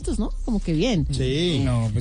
puntos, ¿no? Como que bien. Sí. No, pues